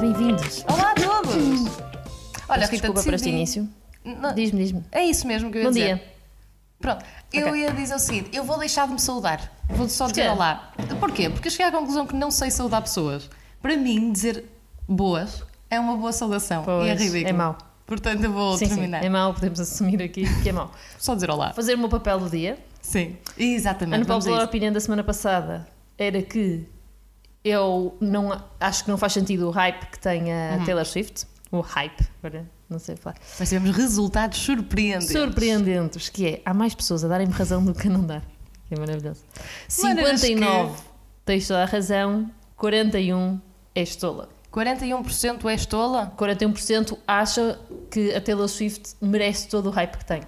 bem-vindos. Olá a todos! Olha, Peço Rita, desculpa por este decidi- início. Não, Diz-me, diz-me. É isso mesmo que eu ia Bom dizer. dia. Pronto, eu Ok. ia dizer o seguinte: eu vou deixar de me saudar. Vou só dizer Porquê? olá. Porquê? Porque eu cheguei à conclusão que não sei saudar pessoas. Para mim, dizer boas é uma boa saudação. e é Pois, ridículo. é mau. Portanto, eu vou Sim, sim, terminar. é mau, podemos assumir aqui que é mau. Só dizer olá. Fazer o meu papel do dia. Sim, A exatamente. vamos a unpopular isso. opinião da semana passada era que eu não acho que não faz sentido o hype que tem a Uhum. Taylor Swift. O hype, agora não sei falar. Mas tivemos resultados surpreendentes. Surpreendentes, que é, há mais pessoas a darem-me razão do que a não dar. Que é maravilhoso. Maneiras que- 59, tens toda a razão. 41, és tola. 41% és tola? 41% acha que a Taylor Swift merece todo o hype que tem.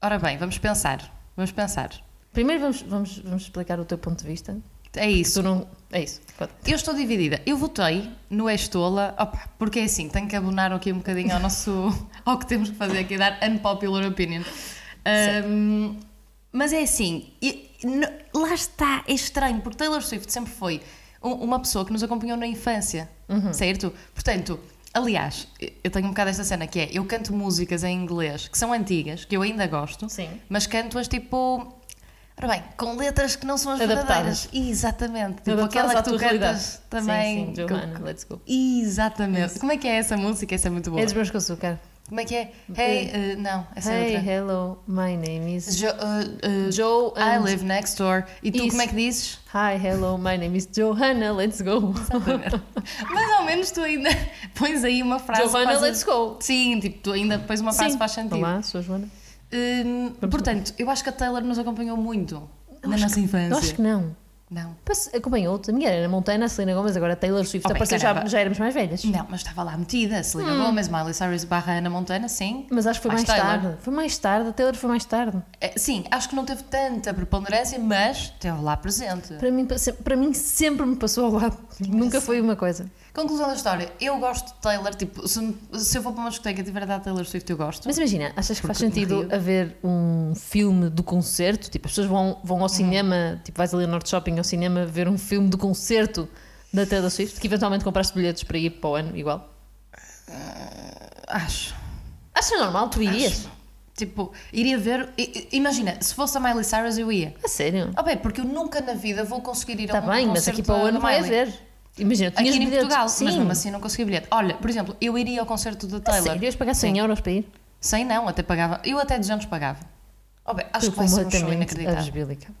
Ora bem, vamos pensar. Vamos pensar. Primeiro vamos, vamos, vamos explicar o teu ponto de vista. É Tu isso. não. É isso. pode. Eu estou dividida. Eu votei no Estola, opa, porque é assim, tenho que abonar aqui um bocadinho ao nosso. ao que temos que fazer aqui, dar unpopular opinion. Ahm, mas é assim, e- n- lá está, é estranho, porque Taylor Swift sempre foi um- uma pessoa que nos acompanhou na infância, Uhum. certo? Portanto, aliás, eu tenho um bocado esta cena que é: eu canto músicas em inglês que são antigas, que eu ainda gosto, Sim. mas canto-as tipo. Ora bem, com letras que não são as Adaptadas. verdadeiras. Exatamente. Tipo Adaptadas aquela à que tu tua cantas realidade. também. Sim, sim, Johanna, let's go. Exatamente. Como é que é essa música? Essa é muito boa. É dos meus com açúcar. Como é que é? Hey, eh, não, essa hey, é outra. hello, my name is. Jo, eh, eh, Joe I and- live next door. E tu Isso. como é que dizes? Hi, hello, my name is Johanna, let's go. Mais ou menos tu ainda pões aí uma frase. que Johanna, faz- let's go. Sim, tipo, tu ainda pões uma frase que faz sentido. Olá, sou a Joana. Hum, portanto, eu acho que a Taylor nos acompanhou muito na acho nossa Eu acho infância. que não. Não. Passe- Acompanhou-te. A minha era Montana, Selena Gomes, agora Taylor Swift. Oh, bem, Apareceu já, caramba. já éramos mais velhas. Não, mas estava lá metida. Selena Hum. Gomez, Miley Cyrus barra Ana Montana, sim. Mas acho que foi Mais mais, Taylor. tarde. Foi mais tarde, a Taylor foi mais tarde. Eh, Sim, acho que não teve tanta preponderância, mas esteve lá presente. Para mim, se- para mim sempre me passou ao lado. Nunca foi uma coisa. Conclusão da história, eu gosto de Taylor, tipo, se, se eu for para uma discoteca e tiver a dar Taylor Swift, eu gosto. Mas imagina, achas que faz Porque sentido Rio- haver um filme do concerto? Tipo, as pessoas vão, vão Uhum. ao cinema, tipo, vais ali ao Norte Shopping ao cinema ver um filme do concerto da Taylor Swift, que eventualmente compraste bilhetes para ir para o ano igual. Acho. Achas normal? Tu irias? Acho. Tipo, iria ver. i- i- Imagina, se fosse a Miley Cyrus, eu ia. A sério? Ah, bem, porque eu nunca na vida vou conseguir ir a Está um Tá bem, mas concerto aqui para o da- ano da vai Miley. haver. Imagina, Aqui tinhas em bilhetes. Portugal, Sim. mas mesmo assim não consegui bilhete. Olha, por exemplo, eu iria ao concerto da A Taylor. sério? Ias pagar 100 euros para ir? Sei não, até pagava. Eu até 200 pagava. Oh, bem, acho Eu que vai ser um show completamente inacreditável. absbílica.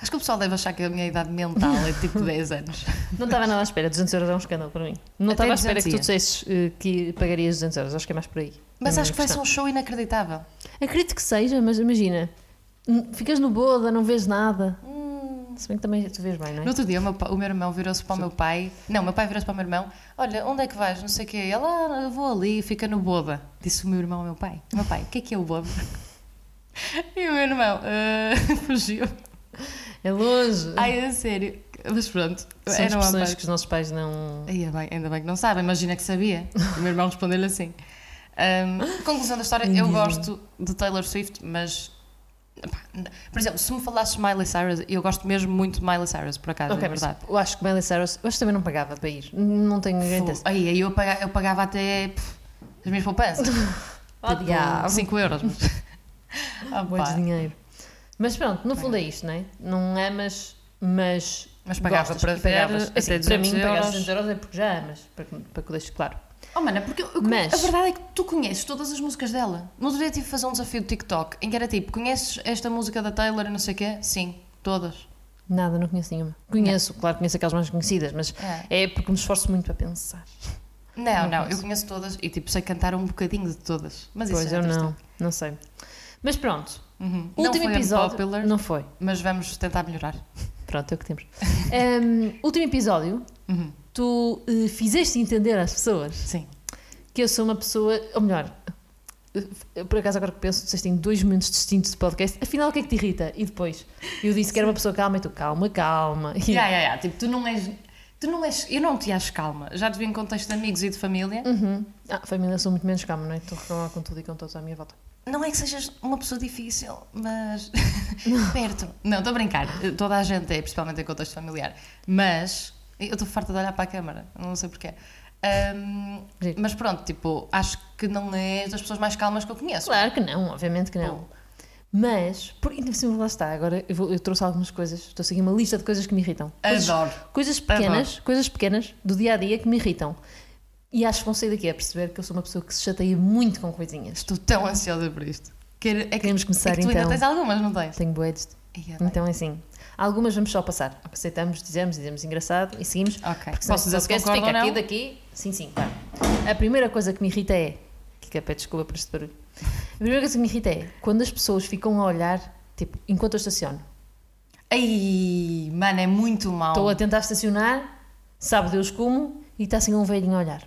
Acho que o pessoal deve achar que a minha idade mental é tipo 10 anos. Não estava nada à espera, 200 euros é um escândalo para mim. Não Até estava à espera que tu 200 dissesses eh, que pagarias 200 euros, acho que é mais por aí. Mas É acho que vai uma ser um show inacreditável. questão. Acredito que seja, mas imagina, n- ficas no Boda, não vês nada. Hum. Se bem que também tu vês bem, não é? No outro dia, o meu, pa- o meu irmão virou-se para o meu pai. Não, o meu pai virou-se para o meu irmão. Olha, onde é que vais? Não sei o quê. Ele, ah, eu vou ali, fica no Boba. Disse o meu irmão ao meu pai. Meu pai, o que é que é o Boba? E o meu irmão "Ah", fugiu. É longe. Ai, a sério. Mas pronto, São Ah, era uma expressões parte. que os nossos pais não. Ai, é bem, ainda bem que não sabe, imagina que sabia. O meu irmão respondeu-lhe assim. Ahm, conclusão da história, eu gosto de Taylor Swift, mas. pá, n- Por exemplo, se me falasses de Miley Cyrus, eu gosto mesmo muito de Miley Cyrus, por acaso, Ok, é mas verdade. eu acho que Miley Cyrus, eu acho que também não pagava para ir. Não tenho ninguém Fogo. desse. Aí, aí eu pagava, eu pagava até pff, as minhas poupanças. Oh, diabo. 5 euros. Mas... Ah, pá. Muito dinheiro. Mas pronto, no fundo é isto, não é? Não amas, mas. Mas pagava gostas para e ver pagavas. até Assim, Para 200 mim, pagar euros. 200 euros é porque já amas, para que, para que eu deixe claro. Oh, mana, porque eu- eu- Mas- a verdade é que tu conheces todas as músicas dela. No outro dia tive de fazer um desafio do TikTok em que era tipo: conheces esta música da Taylor e não sei o quê? Sim, todas. Nada, não conheço nenhuma. Conheço, claro, conheço aquelas mais conhecidas, mas é, porque me esforço muito para pensar. Não, Não não, eu conheço. conheço todas e tipo sei cantar um bocadinho de todas. Mas pois isso é eu outra não, um não sei. Mas pronto, história. Uhum. Não último foi episódio. unpopular, Não foi. mas vamos tentar melhorar. Pronto, é o que temos. Hum, último episódio, Uhum. tu eh, fizeste entender às pessoas Sim. que eu sou uma pessoa, ou melhor, eh, por acaso agora que penso, vocês têm dois momentos distintos de podcast, afinal o que é que te irrita? E depois, eu disse que era uma pessoa calma e tu, calma, calma. E- Ya, ya, ya, Tipo, tu não és. Tu não és. Eu não te acho calma. Já te vi em contexto de amigos e de família. Uhum. Ah, família, eu sou muito menos calma, não é? Estou a reclamar com tudo e com todos à minha volta. Não é que sejas uma pessoa difícil, mas perto. Não, estou a brincar. Toda a gente é, principalmente em contexto familiar. Mas Eu estou farta de olhar para a câmara, não sei porquê. Ahm, Giro. mas pronto, tipo, acho que não és das pessoas mais calmas que eu conheço. Claro que não, obviamente que não. Mas, por ainda por cima, lá está. Agora eu, vou- eu trouxe algumas coisas, estou a seguir uma lista de coisas que me irritam. Coisas, Adoro. coisas pequenas, coisas pequenas do dia a dia que me irritam. E acho que vão sair daqui a perceber que eu sou uma pessoa que se chateia muito com coisinhas. Estou tão ansiosa por isto. Quero, é que, Queremos começar, é que tu ainda então. tens algumas, não tens? Tenho bué disto. Ai, adoro. Então é assim. Algumas vamos só passar. Aceitamos, dizemos, dizemos engraçado e seguimos. Ok. Porque senão Posso este dizer se podcast concordo ou fica não? aqui, daqui. Sim, sim, claro. A primeira coisa que me irrita é. Kika, peço desculpa por este barulho. A primeira coisa que me irrita é quando as pessoas ficam a olhar, tipo, enquanto eu estaciono. Ai, mano, é muito mau. Estou a tentar estacionar, sabe Deus como, e está assim um velhinho a olhar.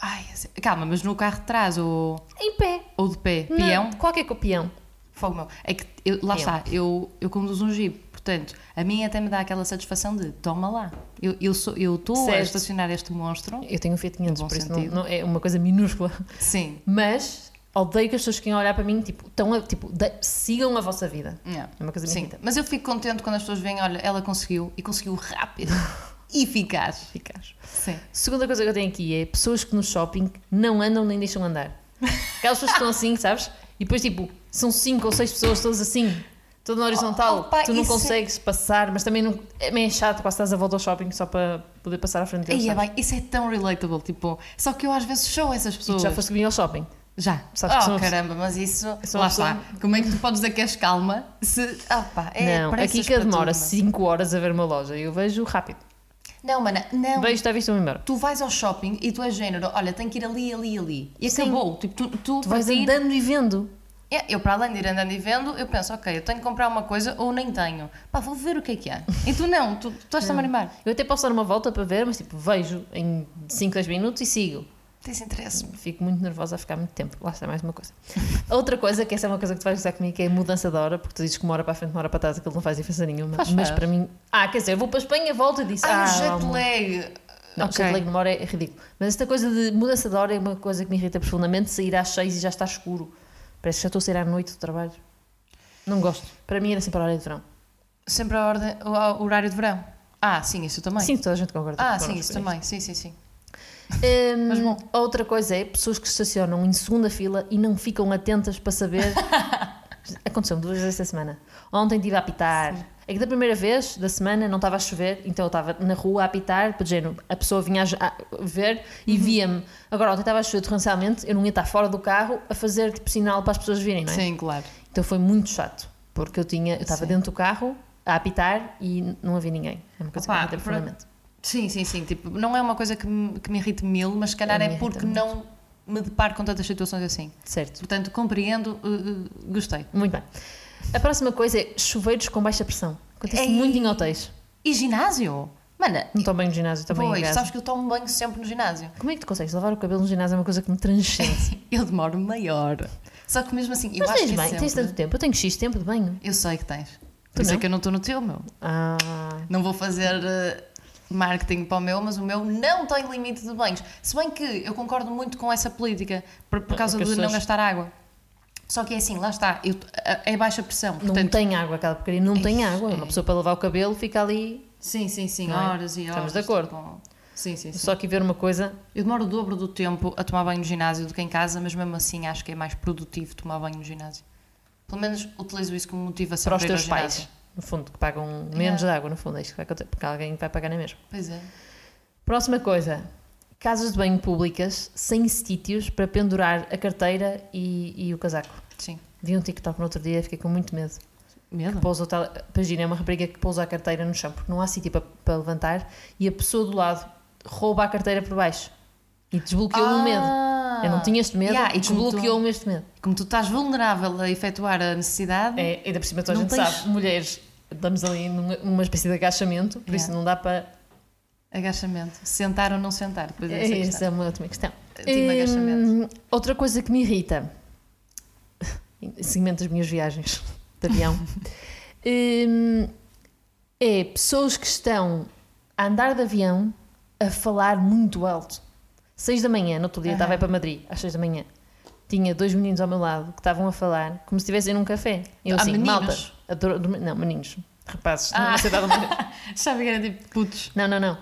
Ai, é sério. calma, mas no carro de trás ou, Em pé. ou de pé? Não, Peão? qualquer copião. Fogo meu. É que eu- lá Eu. está, eu, eu conduzo um jeep, portanto, a mim até me dá aquela satisfação de toma lá. Eu eu sou- eu estou a Certo. estacionar este monstro. Eu tenho um Fiat 500, No bom por isso não- sentido. não, é uma coisa minúscula. Sim. Mas odeio que as pessoas fiquem a olhar para mim, tipo, estão a, tipo de- sigam a vossa vida. Yeah. É uma coisa Sim. bonita. Mas eu fico contente quando as pessoas veem, olha, ela conseguiu e conseguiu rápido e eficaz. Ficares. Sim. Segunda coisa que eu tenho aqui é pessoas que no shopping não andam nem deixam andar. Aquelas pessoas que estão assim, sabes? E depois, tipo, são cinco ou seis pessoas todas assim, toda na horizontal. opa, tu não isso é- consegues passar, mas também não, é meio chato, quase estás a volta ao shopping só para poder passar à frente deles. Aí é sabes? bem, isso é tão relatable, tipo, só que eu às vezes sou essas E tu pessoas. já foste comigo ao shopping. Já. Sabes que oh, são as- caramba, mas isso. são Lá as- está. Como é que tu podes dizer que és calma se. Ah, pá, é. não, pressas aqui que para demora tudo, 5 horas a ver uma loja e eu vejo rápido. não é? Não, mana, não. Vejo, está visto, vou embora. Tu vais ao shopping e tu és género, olha, tenho que ir ali, ali, ali. E Sim. acabou. Tipo, tu, tu, Tu vais para ti- andando e vendo. É, eu, para além de ir andando e vendo, eu penso, ok, eu tenho que comprar uma coisa ou nem tenho. Pá, vou ver o que é que há. E tu não, tu, tu estás a marimbar. Eu até posso dar uma volta para ver, mas tipo, vejo em 5, 10 minutos e sigo. Tens interesse. Fico muito nervosa a ficar muito tempo. Lá está mais uma coisa. Outra coisa, que essa é uma coisa que tu vais gostar comigo, que é a mudança de hora, porque tu dizes que uma hora para a frente, uma hora para trás, aquilo não faz diferença nenhuma. Faz, Mas faz. para mim. Ah, quer dizer, eu vou para a Espanha, volto e disse. Ah, o jet vamos. lag. Não, Ok. jet lag de uma hora é ridículo. Mas esta coisa de mudança de hora é uma coisa que me irrita profundamente, sair às 6 e já está escuro. Parece que já estou a sair à noite do trabalho. Não gosto. Para mim era sempre a hora de verão. Sempre a ordem, o ao horário de verão. Ah, sim, isso também. Sim, toda a gente concorda. Ah, connosco sim, com isso também. Sim, sim, sim. Hum, Mas bom. Outra coisa é pessoas que estacionam em segunda fila e não ficam atentas para saber. Aconteceu-me duas vezes esta semana. Ontem estive a apitar. É que da primeira vez da semana não estava a chover, então eu estava na rua a apitar, para género, a pessoa vinha a jo- a ver e Uhum. via-me. Agora, ontem estava a chover torrencialmente, eu não ia estar fora do carro a fazer tipo sinal para as pessoas virem, não é? Sim, claro. Então foi muito chato, porque eu tinha, eu estava Sim. dentro do carro a apitar e não havia ninguém. É uma coisa Opa, que me irrita pra- profundamente. Sim, sim, sim. Tipo, não é uma coisa que me, que me irrite mil, mas se calhar Me é irrita porque muito. não me deparo com tantas situações assim. Certo. Portanto, compreendo, uh, uh, gostei. Muito bem. A próxima coisa é chuveiros com baixa pressão. Acontece Ei. muito em hotéis. E ginásio? Mana, Não estou bem no ginásio, estou bem em pois, casa. sabes que eu tomo banho sempre no ginásio. Como é que tu consegues lavar o cabelo no ginásio? É uma coisa que me transcende. Eu demoro meia hora. Só que mesmo assim, eu Mas acho tens que é bem, tens sempre... tanto tempo. Eu tenho X tempo de banho. Eu sei que tens. Por isso é não? que eu não estou no teu, meu. Ah, Não vou fazer eh, marketing para o meu, mas o meu não tem limite de banhos. Se bem que eu concordo muito com essa política, por, por Ah, causa porque de as não pessoas- gastar água. Só que é assim, lá está, eu, a- é baixa pressão. não Portanto, é tem água, aquela porcaria. Não tem Ei, água. Uma ei. pessoa para lavar o cabelo fica ali. sim, sim, sim, Não é? horas e horas. Estamos de acordo. tipo, sim, sim, sim. Só que ver uma coisa. Eu demoro o dobro do tempo a tomar banho no ginásio do que em casa, mas mesmo assim acho que é mais produtivo tomar banho no ginásio. Pelo menos utilizo isso como motivação para os ir ao teus pais, ginásio. no fundo, que pagam menos Yeah. de água, no fundo, é isto que vai acontecer, porque alguém vai pagar na mesma. Pois é. Próxima coisa: casas de banho públicas sem sítios para pendurar a carteira e- e o casaco. Sim. Vi um TikTok no outro dia e fiquei com muito medo. Medo? Pousa o tele... Imagina, é uma rapariga que pousa a carteira no chão porque não há sítio para, para levantar e a pessoa do lado rouba a carteira por baixo e desbloqueou-me o medo. Eu Ah! não tinha este medo Yeah, e e como tu- desbloqueou-me este medo. Como tu estás vulnerável a efetuar a necessidade, É, ainda por cima, toda a Ah. Não gente tens- sabe, mulheres, estamos ali numa, numa espécie de agachamento, por isso Yeah. não dá para. agachamento. Sentar ou não sentar, depois é essa Essa questão. é uma última questão. Tipo agachamento. Hum, outra coisa que me irrita, em seguimento das minhas viagens de avião, hum, é pessoas que estão a andar de avião a falar muito alto. Seis da manhã, no outro dia, Aham. estava a ir para Madrid, às seis da manhã. Tinha dois meninos ao meu lado que estavam a falar como se estivessem num café. Eu Ah, assim, meninos? malta. adoro- Não, meninos. Rapazes. Ah. Não, sei dar uma- Sabe que era tipo putos. não, não, não.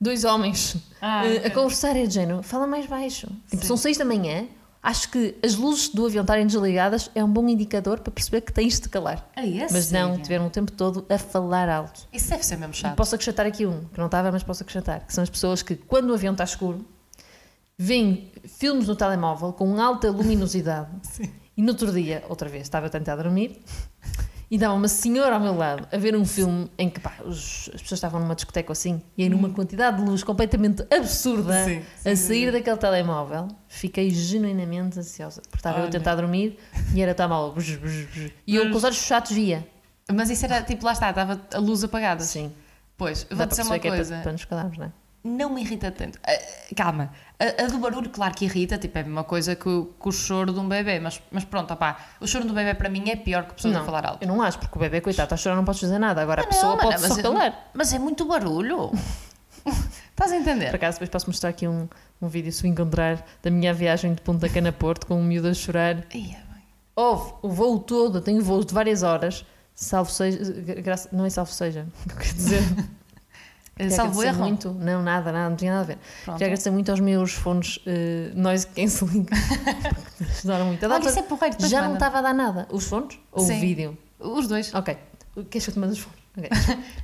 dois homens Ah, eh, ok. a conversar é de género, fala mais baixo. Tipo, Sim. são seis da manhã, acho que as luzes do avião estarem desligadas é um bom indicador para perceber que tens de calar. Ah, é Mas não, sério? tiveram o tempo todo a falar alto. Isso deve ser mesmo chato. Posso acrescentar aqui um, que não estava, mas posso acrescentar, que são as pessoas que, quando o avião está escuro, veem filmes no telemóvel com alta luminosidade. E no outro dia, outra vez, estava a tentar dormir e estava uma senhora ao meu lado a ver um filme em que pá, os- as pessoas estavam numa discoteca ou assim e aí numa quantidade de luz completamente absurda Hum. Sim, a sair daquele telemóvel, fiquei genuinamente ansiosa. Porque estava eu a Olha. tentar dormir e era tão mal. brus, brus, brus. E eu com os olhos fechados via. Mas isso era tipo, lá está, estava a luz apagada. Sim, Pois, dá vou para dizer perceber uma que é coisa. para, para nos calarmos, não é? não me irrita tanto. Ah, calma, a, a do barulho, claro que irrita, tipo, é a mesma coisa que o, que o choro de um bebê, mas, mas pronto, opá, o choro do bebê para mim é pior que a pessoa não. falar alto. Eu não acho, porque o bebê, coitado, está a chorar, não podes fazer nada. Agora a Ah, pessoa mana, pode só é- calar. mas é muito barulho. Estás a Por entender? acaso, depois posso mostrar aqui um, um vídeo, se o encontrar, da minha viagem de Punta Cana a Porto, com um miúdo a chorar. Ia é bem. Houve o voo todo, eu tenho voos de várias horas, salvo seja. graça- não é salvo seja, o que eu quero dizer. Eh, Quero Salvo agradecer erro. muito. Não, nada, nada, não tinha nada a ver. Pronto. Quero agradecer muito aos meus fones eh, noise cancelling, porque me ajudaram muito. A Olha, dada- isso é porreiro, depois já não manda. estava a dar nada. Os fones ou Sim. o vídeo? Os dois. Ok. Queres que eu te mande os fones? Ok.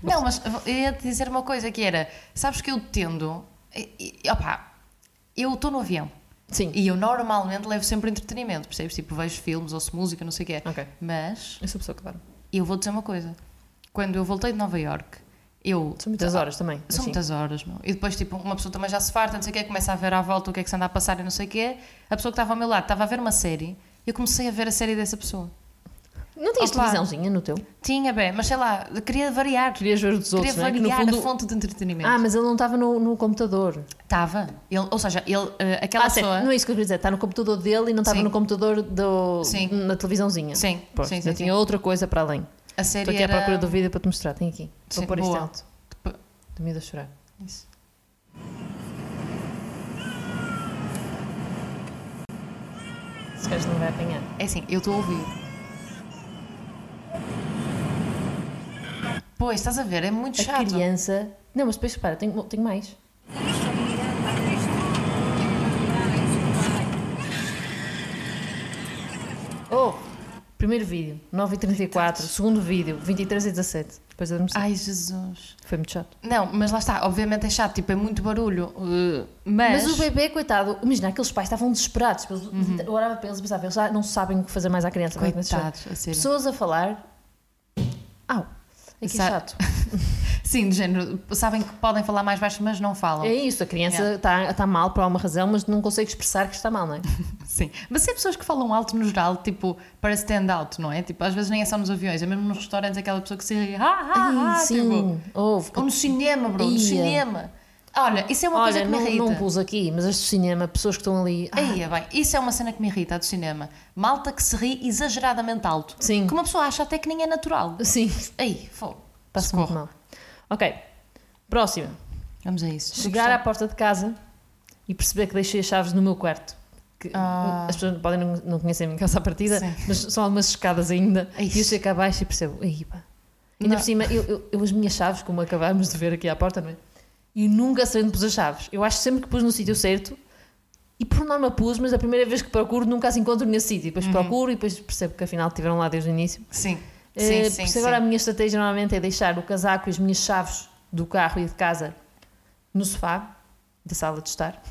Não, mas eu ia te dizer uma coisa que era, sabes que eu tendo, e, e, opá, eu estou no avião Sim. e eu normalmente levo sempre entretenimento, percebes? Tipo, vejo filmes, ouço música, não sei o que é. Ok. Mas Eu sou pessoa que adoro. eu vou dizer uma coisa. Quando eu voltei de Nova Iorque, eu. Ah, São muitas horas assim. também. mas São sim. muitas horas, meu. E depois, tipo, uma pessoa também já se farta, não sei o quê, começa a ver à volta o que é que se anda a passar e não sei o quê. A pessoa que estava ao meu lado estava a ver uma série, eu comecei a ver a série dessa pessoa. Não tinhas Opa. televisãozinha no teu? Tinha, bem, mas sei lá, eu queria variar. Querias ver os Queria outros, não é? Que no variar a fundo... fonte de entretenimento. Ah, mas ele não estava no, no computador. Estava. Ele, ou seja, ele, eh, aquela ah, certo. pessoa. Não é isso que eu queria dizer. Está no computador dele e não estava Sim. no computador do... Sim. na televisãozinha. Sim, Pois, sim, eu sim, tinha sim. outra coisa para além. A Estou série aqui à era... procura do vídeo para te mostrar. Tenho aqui. Vou Sim, pôr isto boa. alto. P- Do medo a chorar. Isso. Se queres não vai apanhar. É assim, eu estou a ouvir. Pois, estás a ver, é muito A chato. criança... Não, mas depois repara, tenho, tenho mais. Oh! Primeiro vídeo, 9h34. Segundo vídeo, 23 e 17 Depois adormeci. Ai, Jesus. Foi muito chato. Não, mas lá está, obviamente é chato, tipo, é muito barulho. uh, mas. Uhum. Mas o bebê, coitado, imagina, aqueles pais estavam desesperados. Eles, Eu orava para eles e pensava, eles já não sabem o que fazer mais à criança. vai começar a chorar. Coitados, a sério. Pessoas a falar. Au! É que é Sa- chato. Sim, de género, sabem que podem falar mais baixo, mas não falam. É isso, a criança está tá mal por alguma razão, mas não consegue expressar que está mal, não é? Sim. Mas se há pessoas que falam alto no geral, tipo, para stand-out, não é? Tipo, às vezes nem é só nos aviões, é mesmo nos restaurantes aquela pessoa que se ri, ah, ah, ah, Ai, tipo. sim, hum, houve. Ou no cinema, bro, no Ia. cinema. Olha, isso é uma coisa Olha, que me não, irrita. não pus aqui, mas as do cinema, pessoas que estão ali. ah, Aí, é bem, isso é uma cena que me irrita, a do cinema. Malta que se ri exageradamente alto. Sim. Que uma pessoa acha até que nem é natural. sim, Aí, fogo. passa muito Socorro. mal. Ok, próxima. Vamos a isso. Chegar à porta de casa e perceber que deixei as chaves no meu quarto. Que Ah. As pessoas podem não, não conhecer a minha casa à partida, Sim. mas são algumas escadas ainda. Ixi. E eu chego cá abaixo e percebo, "Ei, pá." Ainda Não. por cima, eu, eu- eu as minhas chaves, como acabámos de ver aqui à porta, não é? E nunca sei onde pus as chaves. Eu acho sempre que pus no sítio certo e por norma pus, mas a primeira vez que procuro nunca as encontro nesse sítio. Depois Uhum. procuro e depois percebo que afinal tiveram lá desde o início. Sim. Sim, Eh, sim, por isso sim. agora a minha estratégia normalmente é deixar o casaco e as minhas chaves do carro e de casa no sofá da sala de estar,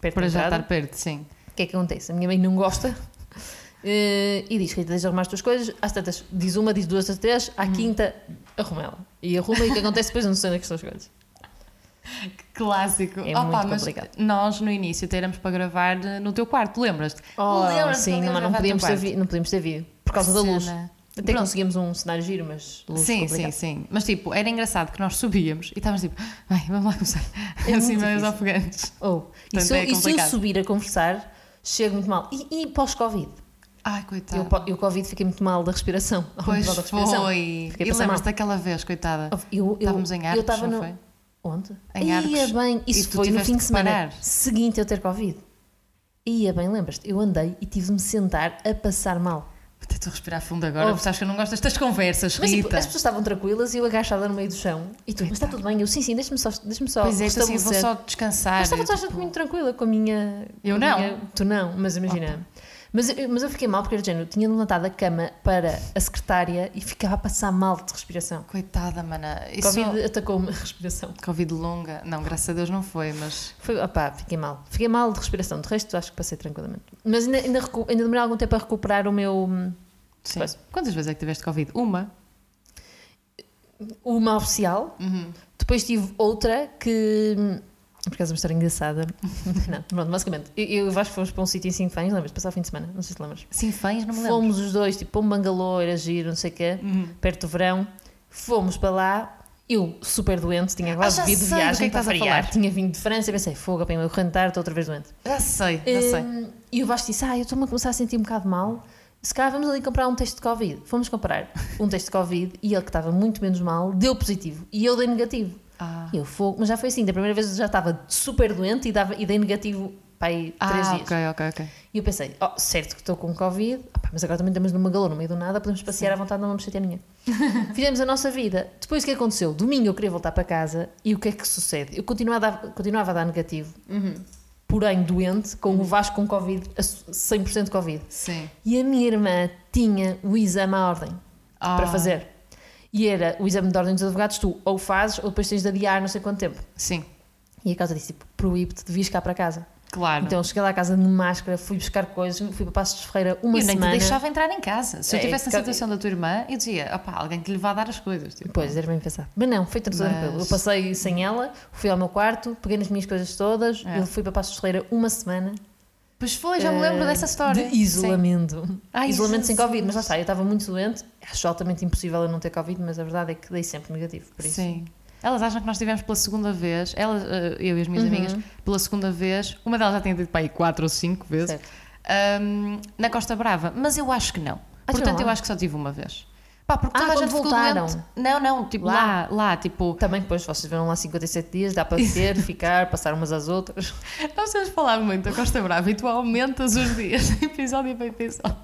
perto Para da já entrada. estar perto, sim. O que é que acontece? A minha mãe não gosta eh, e diz: Rita, deixa arrumar as tuas coisas. Às tantas, diz uma, diz duas, diz três. À quinta, arruma ela. E arruma e o que acontece depois eu não sei onde é que estão as coisas. Clássico. É muito complicado. nós no início teremos para gravar eh, no teu quarto, lembras-te? Oh, Lembras-te sim, quando mas íamos não gravar no podíamos, teu ter quarto? vi- não podíamos ter vídeo por causa da luz. Cena. Até Pronto. conseguimos um cenário giro, mas luz Sim, complicada. sim, sim. Mas tipo, era engraçado que nós subíamos e estávamos tipo, ai, vamos lá começar. É assim, muito meio difícil. afogantes. Oh, e, Portanto, se eu, é e se eu complicado. subir a conversar, chego muito mal. E, e pós-Covid? Ai, Eu, um coitado. po- eu Covid fiquei muito mal da respiração. Ao Tá Pois nível da respiração. foi. Fiquei a passar E mal. lembras daquela vez, coitada? Eu, eu, Estávamos em Eu Arcos, estava não no... foi? Onde? Em Ia Arcos. bem. E Isso tu foi no tiveste fim que de semana parar. seguinte eu ter Covid. Ia bem, lembras-te? Eu andei e tive de me sentar a passar mal. Tento respirar fundo agora, Ouve. porque sabes que eu não gosto destas conversas, Mas tipo, Rita. as pessoas estavam tranquilas e eu agachada no meio do chão. E tu, mas está tudo bem? Eu, sim, sim, deixa-me só, deixa só Pois é, isto assim, vou restabelecer." só descansar. Eu estava Eu, toda a gente tipo, muito tranquila com a minha. Eu com a não. minha- tu não, mas imagina. Mas, eu- mas eu fiquei mal porque, de género, eu tinha levantado da cama para a secretária e ficava a passar mal de respiração. Coitada, mana. Isso... Covid atacou-me a respiração. Covid longa. Não, graças a Deus não foi, mas. Foi, opá, fiquei mal. Fiquei mal de respiração. De resto, acho que passei tranquilamente. Mas ainda, ainda, recu- ainda demorei algum tempo a recuperar o meu. hum, Sim. Pois. Quantas vezes é que tiveste Covid? Uma. Uma oficial. Depois tive outra que. hum, Por acaso é uma história engraçada. não, pronto, basicamente. Eu, eu e o Vasco fomos para um sítio em Sinfãs, lembras? Passar o fim de semana, não sei se te lembras. Sim, fãs, não me lembro. Uhum. Fomos os dois, tipo, para um bangalô, era giro, não sei o quê, perto do verão. Fomos para lá. Eu, super doente, tinha Ah, agora já vindo de sei do que é viagem que para estás a variar. falar. Tinha vindo de França e pensei, fogo, apanhei-me a correntar, estou outra vez doente. Já sei, já sei. Hum, E o Vasco disse: Ah, eu estou-me a começar a sentir um bocado mal. Se calhar vamos ali comprar um teste de Covid. Fomos comprar um teste de Covid e ele, que estava muito menos mal, deu positivo e eu dei negativo. Ah, E eu fogo, mas já foi assim: da primeira vez eu já estava super doente e, dava, e dei negativo para aí três ah dias. ok, ok, ok. E eu pensei: Oh, certo que estou com Covid, opá, mas agora também estamos numa galera no meio do nada, podemos passear à vontade, não vamos chatear ninguém. Fizemos a nossa vida. Depois o que aconteceu? Domingo eu queria voltar para casa e o que é que sucede? Eu continuava a dar, continuava a dar negativo, porém doente, com o Vasco com Covid, a su- 100% Covid. Sim. E a minha irmã tinha o exame à ordem Ah. para fazer. E era o exame de ordem dos advogados, tu ou fazes ou depois tens de adiar não sei quanto tempo. Sim, E a causa disse, tipo, proíbe-te de vir cá para casa. claro. Então eu cheguei lá à casa de máscara, fui buscar coisas, fui para Passos de Ferreira uma eu nem semana. te deixava entrar em casa. Se eu É, tivesse na ca- situação da tua irmã, eu dizia, opá, alguém que lhe vá dar as coisas. Tipo, Pois, era bem pensado. Mas não, foi tudo Mas- tranquilo. Eu passei sem ela, fui ao meu quarto, peguei nas minhas coisas todas, É. eu fui para Passos de Ferreira uma semana. Pois foi, já me lembro eh, dessa história. De isolamento. Ai, isolamento sem Jesus. Covid, mas lá está, eu estava muito doente, acho altamente impossível eu não ter Covid, mas a verdade é que dei sempre negativo, por Sim. isso. Sim. Elas acham que nós tivemos pela segunda vez, elas, eh, eu e as Uhum. minhas amigas, pela segunda vez, uma delas já tinha dito para aí quatro ou cinco vezes, Certo. ahm, na Costa Brava, mas eu acho que não. Acham Portanto, lá? eu acho que só tive uma vez. Pá, porque então Ah, toda a quando gente ficou voltaram? doente. Não, não, tipo lá, lá, tipo. Também depois, vocês viram lá 57 dias, dá para ter, ficar, passar umas às outras. Nós temos falado muito da Costa Brava e tu aumentas os dias, episódio para episódio.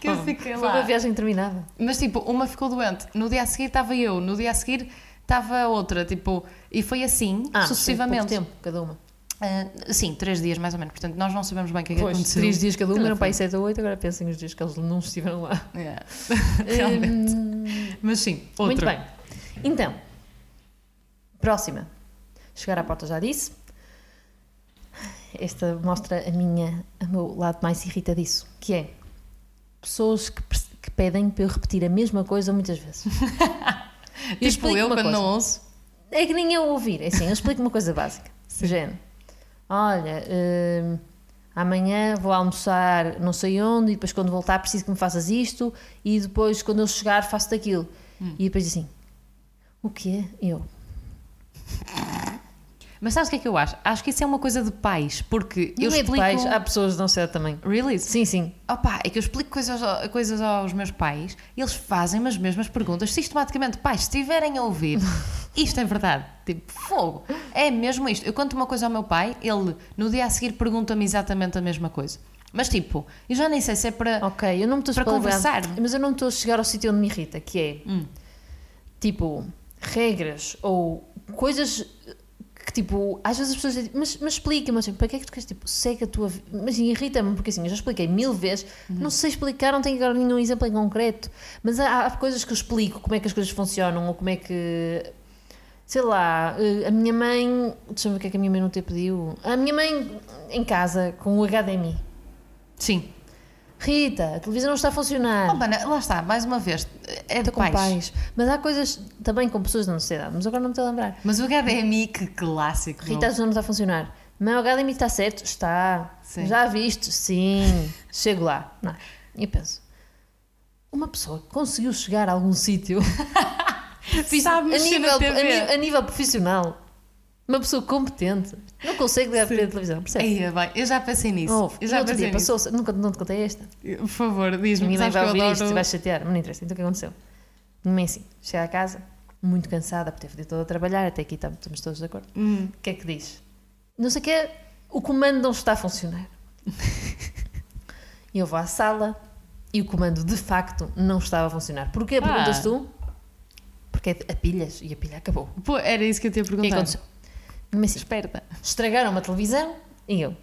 Que eu fiquei Foi lá. uma viagem Ah, terminada. Mas tipo, uma ficou doente, no dia a seguir estava eu, no dia a seguir estava a outra, tipo, e foi assim Ah, sucessivamente. pouco tempo, cada uma. Ah, sim, três dias mais ou menos. Portanto, nós não sabemos bem o que é que Pois, aconteceu. três dias cada uma, Cada eram foi. para aí 7 ou 8, agora pensem os dias que eles não estiveram lá. Yeah. É. Realmente. Mas sim, outra. Hum. Muito Hum, bem. Então, próxima. Chegar à porta já disse. Esta mostra a minha, o meu lado mais irritadiço, que é pessoas que, pers- que pedem para eu repetir a mesma coisa muitas vezes. Eu Tipo, explico eu uma quando coisa. não ouço. É que nem eu ouvir. É assim, eu explico uma coisa básica. Gente, olha, hum, amanhã vou almoçar não sei onde e depois quando voltar preciso que me faças isto e depois quando eu chegar faço daquilo. E depois assim, o quê? Eu. Mas sabes o que é que eu acho? Acho que isso é uma coisa de pais, porque eu eu explico. há pessoas de não ser também. Really? Sim, sim. Opa, é que eu explico coisas, ao- coisas aos meus pais e eles fazem as mesmas perguntas sistematicamente. Pais, se estiverem a ouvir, isto é verdade. Tipo, fogo. É mesmo isto. Eu conto uma coisa ao meu pai, ele no dia a seguir pergunta-me exatamente a mesma coisa. Mas tipo, eu já nem sei se é para. Ok, eu não me estou a Para espalhar- conversar. Hum. Mas eu não estou a chegar ao sítio onde me irrita, que é tipo regras ou coisas que tipo, às vezes as pessoas dizem, mas, mas explica-me, assim, para que é que tu queres, tipo, segue a tua vida, mas irrita-me, porque assim, eu já expliquei mil vezes, Uhum. não sei explicar, não tenho agora nenhum exemplo em concreto, mas há, há coisas que eu explico, como é que as coisas funcionam, ou como é que, sei lá, eh, a minha mãe, deixa-me ver o que é que a minha mãe não te pediu, a minha mãe em casa, com o HDMI, Sim. Rita, a televisão não está a funcionar. Oh, mana, lá está, mais uma vez, é de Estou ah. com pais. pais. Mas há coisas também com pessoas da nossa idade, mas agora não me estou a lembrar. Mas o HDMI, que clássico. meu. Rita, a televisão não está a funcionar. Mas o HDMI está certo? Está. Sim. Já viste? Sim. Chego lá. Não. E penso, uma pessoa que conseguiu chegar a algum sítio Sabe a, mexer na nível- TV. a ni- a nível profissional, uma pessoa competente, não consegue ligar a televisão, percebes? Eia, bem, eu já pensei nisso. Houve. É eu Oh, E já outro pensei dia nisso. passou-se, nunca não te contei esta. Por favor, diz-me. Minha mãe sabes que vai eu ouvir adoro... isto, vai chatear, mas não interessa. Então o que aconteceu? Minha mãe assim, chega a casa, muito cansada, por ter feito toda a trabalhar, até aqui tá- estamos, estamos todos de acordo. Hum. O que é que diz? Não sei o que é, o comando não está a funcionar. E eu vou à sala, e o comando de facto não estava a funcionar. Porquê? Ah. Perguntas tu? Porque é a pilhas e a pilha acabou. Pô, era isso que eu te ia O que é que perguntar. aconteceu? Mas sim, Esperta. estragaram uma televisão e eu,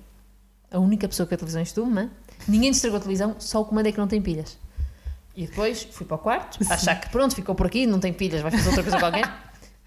a única pessoa que a televisão estume, ninguém estragou a televisão, só o comando é que não tem pilhas. E depois fui para o quarto, a achar que pronto, ficou por aqui, não tem pilhas, vai fazer outra coisa qualquer.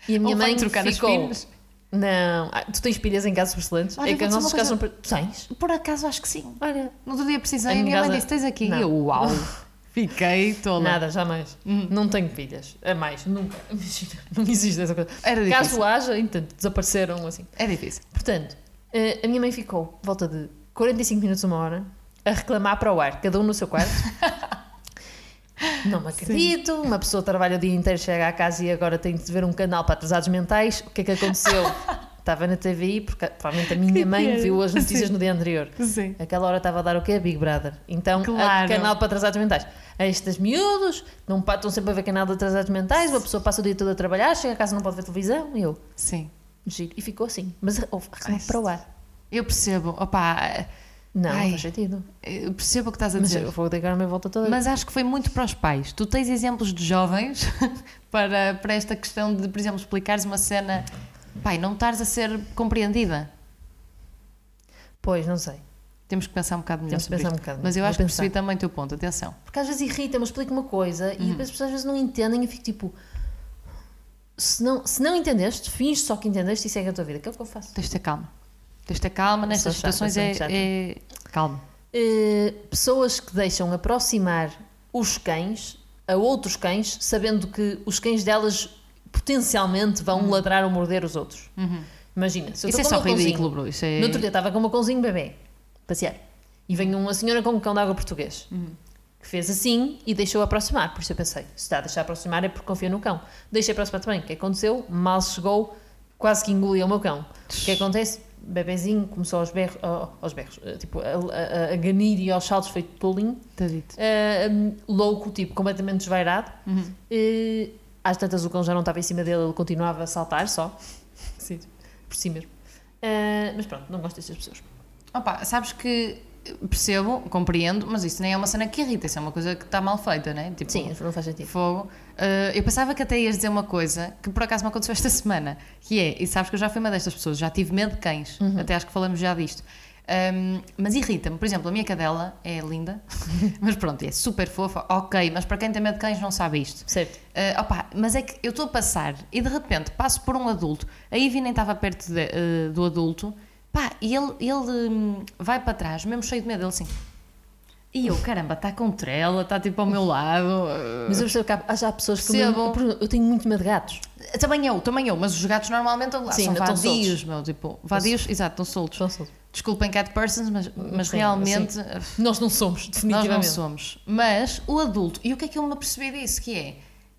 E a minha Ou vai mãe trocar as ficou. pilhas. Não, ah, tu tens pilhas em casas excelentes? Olha, é que as vou nossas dizer casas uma não. pre- Tu tens? Por acaso acho que sim. Olha, No outro dia precisei, A a minha minha mãe casa- disse: tens aqui. Não. E eu, uau. Fiquei tola. Hum. Nada, jamais. Não tenho pilhas. A mais, nunca. Imagina, não existe essa coisa. Era É difícil. Caso haja, entanto, desapareceram assim. É difícil. Portanto, eh, a minha mãe ficou volta de 45 minutos, uma hora, a reclamar para o ar, cada um no seu quarto. Não me acredito, uma pessoa trabalha o dia inteiro, chega à casa e agora tem de ver um canal para atrasados mentais. O que é que aconteceu? Estava na TVI, porque provavelmente a minha mãe piada. viu as notícias Sim. no dia anterior. Sim. Aquela hora estava a dar o quê? Big Brother. Então, a- Claro. canal para atrasados mentais. Estes miúdos não pa- estão sempre a ver canal de atrasados mentais, uma pessoa passa o dia todo a trabalhar, chega a casa e não pode ver televisão. E eu, Sim. giro. E ficou assim. Mas houve Ai, para o ar. Eu percebo. Opa, Não, Ai. não faz sentido. eu percebo o que estás a Mas dizer. eu vou ter que dar a minha volta toda. Mas acho que foi muito para os pais. Tu tens exemplos de jovens para, para esta questão de, por exemplo, explicares uma cena. Pai, não estás a ser compreendida. Pois, não sei. Temos que pensar um bocado melhor Temos que sobre pensar isto. um bocado Mas eu melhor. acho Vou que percebi Hum. também o teu ponto. Atenção. Porque às vezes irrita-me, eu explico uma coisa e depois as pessoas às vezes não entendem e eu fico tipo. Se não, se não entendeste, finge só que entendeste e segue a tua vida. Que é o que eu faço. Tens de ter calma. Tens de ter calma nestas Sou chata, situações. sou É, muito chata. é- Calma. Eh, pessoas que deixam aproximar os cães a outros cães, sabendo que os cães delas potencialmente vão ladrar ou morder os outros. Imagina, se eu Hum. Isso é estou com só o meu cãozinho, ridículo, Bruno. Isso é... No outro dia estava com o meu cãozinho bebê, passear. E vem uma senhora com um cão de água português. Que fez assim e deixou aproximar. Por isso eu pensei, se está a deixar aproximar é porque confia no cão. Deixei aproximar também. O que aconteceu? Mal chegou, quase que engoliu o meu cão. O que é acontece? O bebezinho começou aos berros, ó, aos berros eh, tipo, a, a- a ganir e aos saltos feito pulinho. Tadito. Eh, um, louco, tipo, completamente desvairado. Uhum. Eh, às tantas o cão já não estava em cima dele, ele continuava a saltar só. Sim, por si mesmo. Eh, mas pronto, não gosto destas pessoas. Opa, sabes que percebo, compreendo, mas isso nem é uma cena que irrita. Isso é uma coisa que está mal feita, né? Tipo, Sim, não faz sentido. Fogo. Uh, eu pensava que até ias dizer uma coisa que por acaso me aconteceu esta semana, que é, e sabes que eu já fui uma destas pessoas, já tive medo de cães, até acho que falamos já disto. Um, mas irrita-me, por exemplo, a minha cadela é linda, mas pronto, é super fofa, ok, mas para quem tem medo de cães não sabe isto. Certo. Uh, opa, mas é que eu estou a passar e de repente passo por um adulto, a Ivy nem estava perto de- eh, do adulto, pá, e ele, ele hum, vai para trás, mesmo cheio de medo, ele assim. E eu, caramba, está com trela, está tipo ao meu lado. eh, Mas eu percebo que há, há já pessoas que. Percebo. Não, por exemplo, eu tenho muito medo de gatos. Também eu, também eu, mas os gatos normalmente lá, Sim, são estão vadios, meu, tipo, vadios, exato, estão soltos. Não somos. Desculpem cat persons, mas, mas Sim, realmente eh, Nós não somos, nós não definitivamente. somos. Mas o adulto, e o que é que eu me apercebi disso? Que é,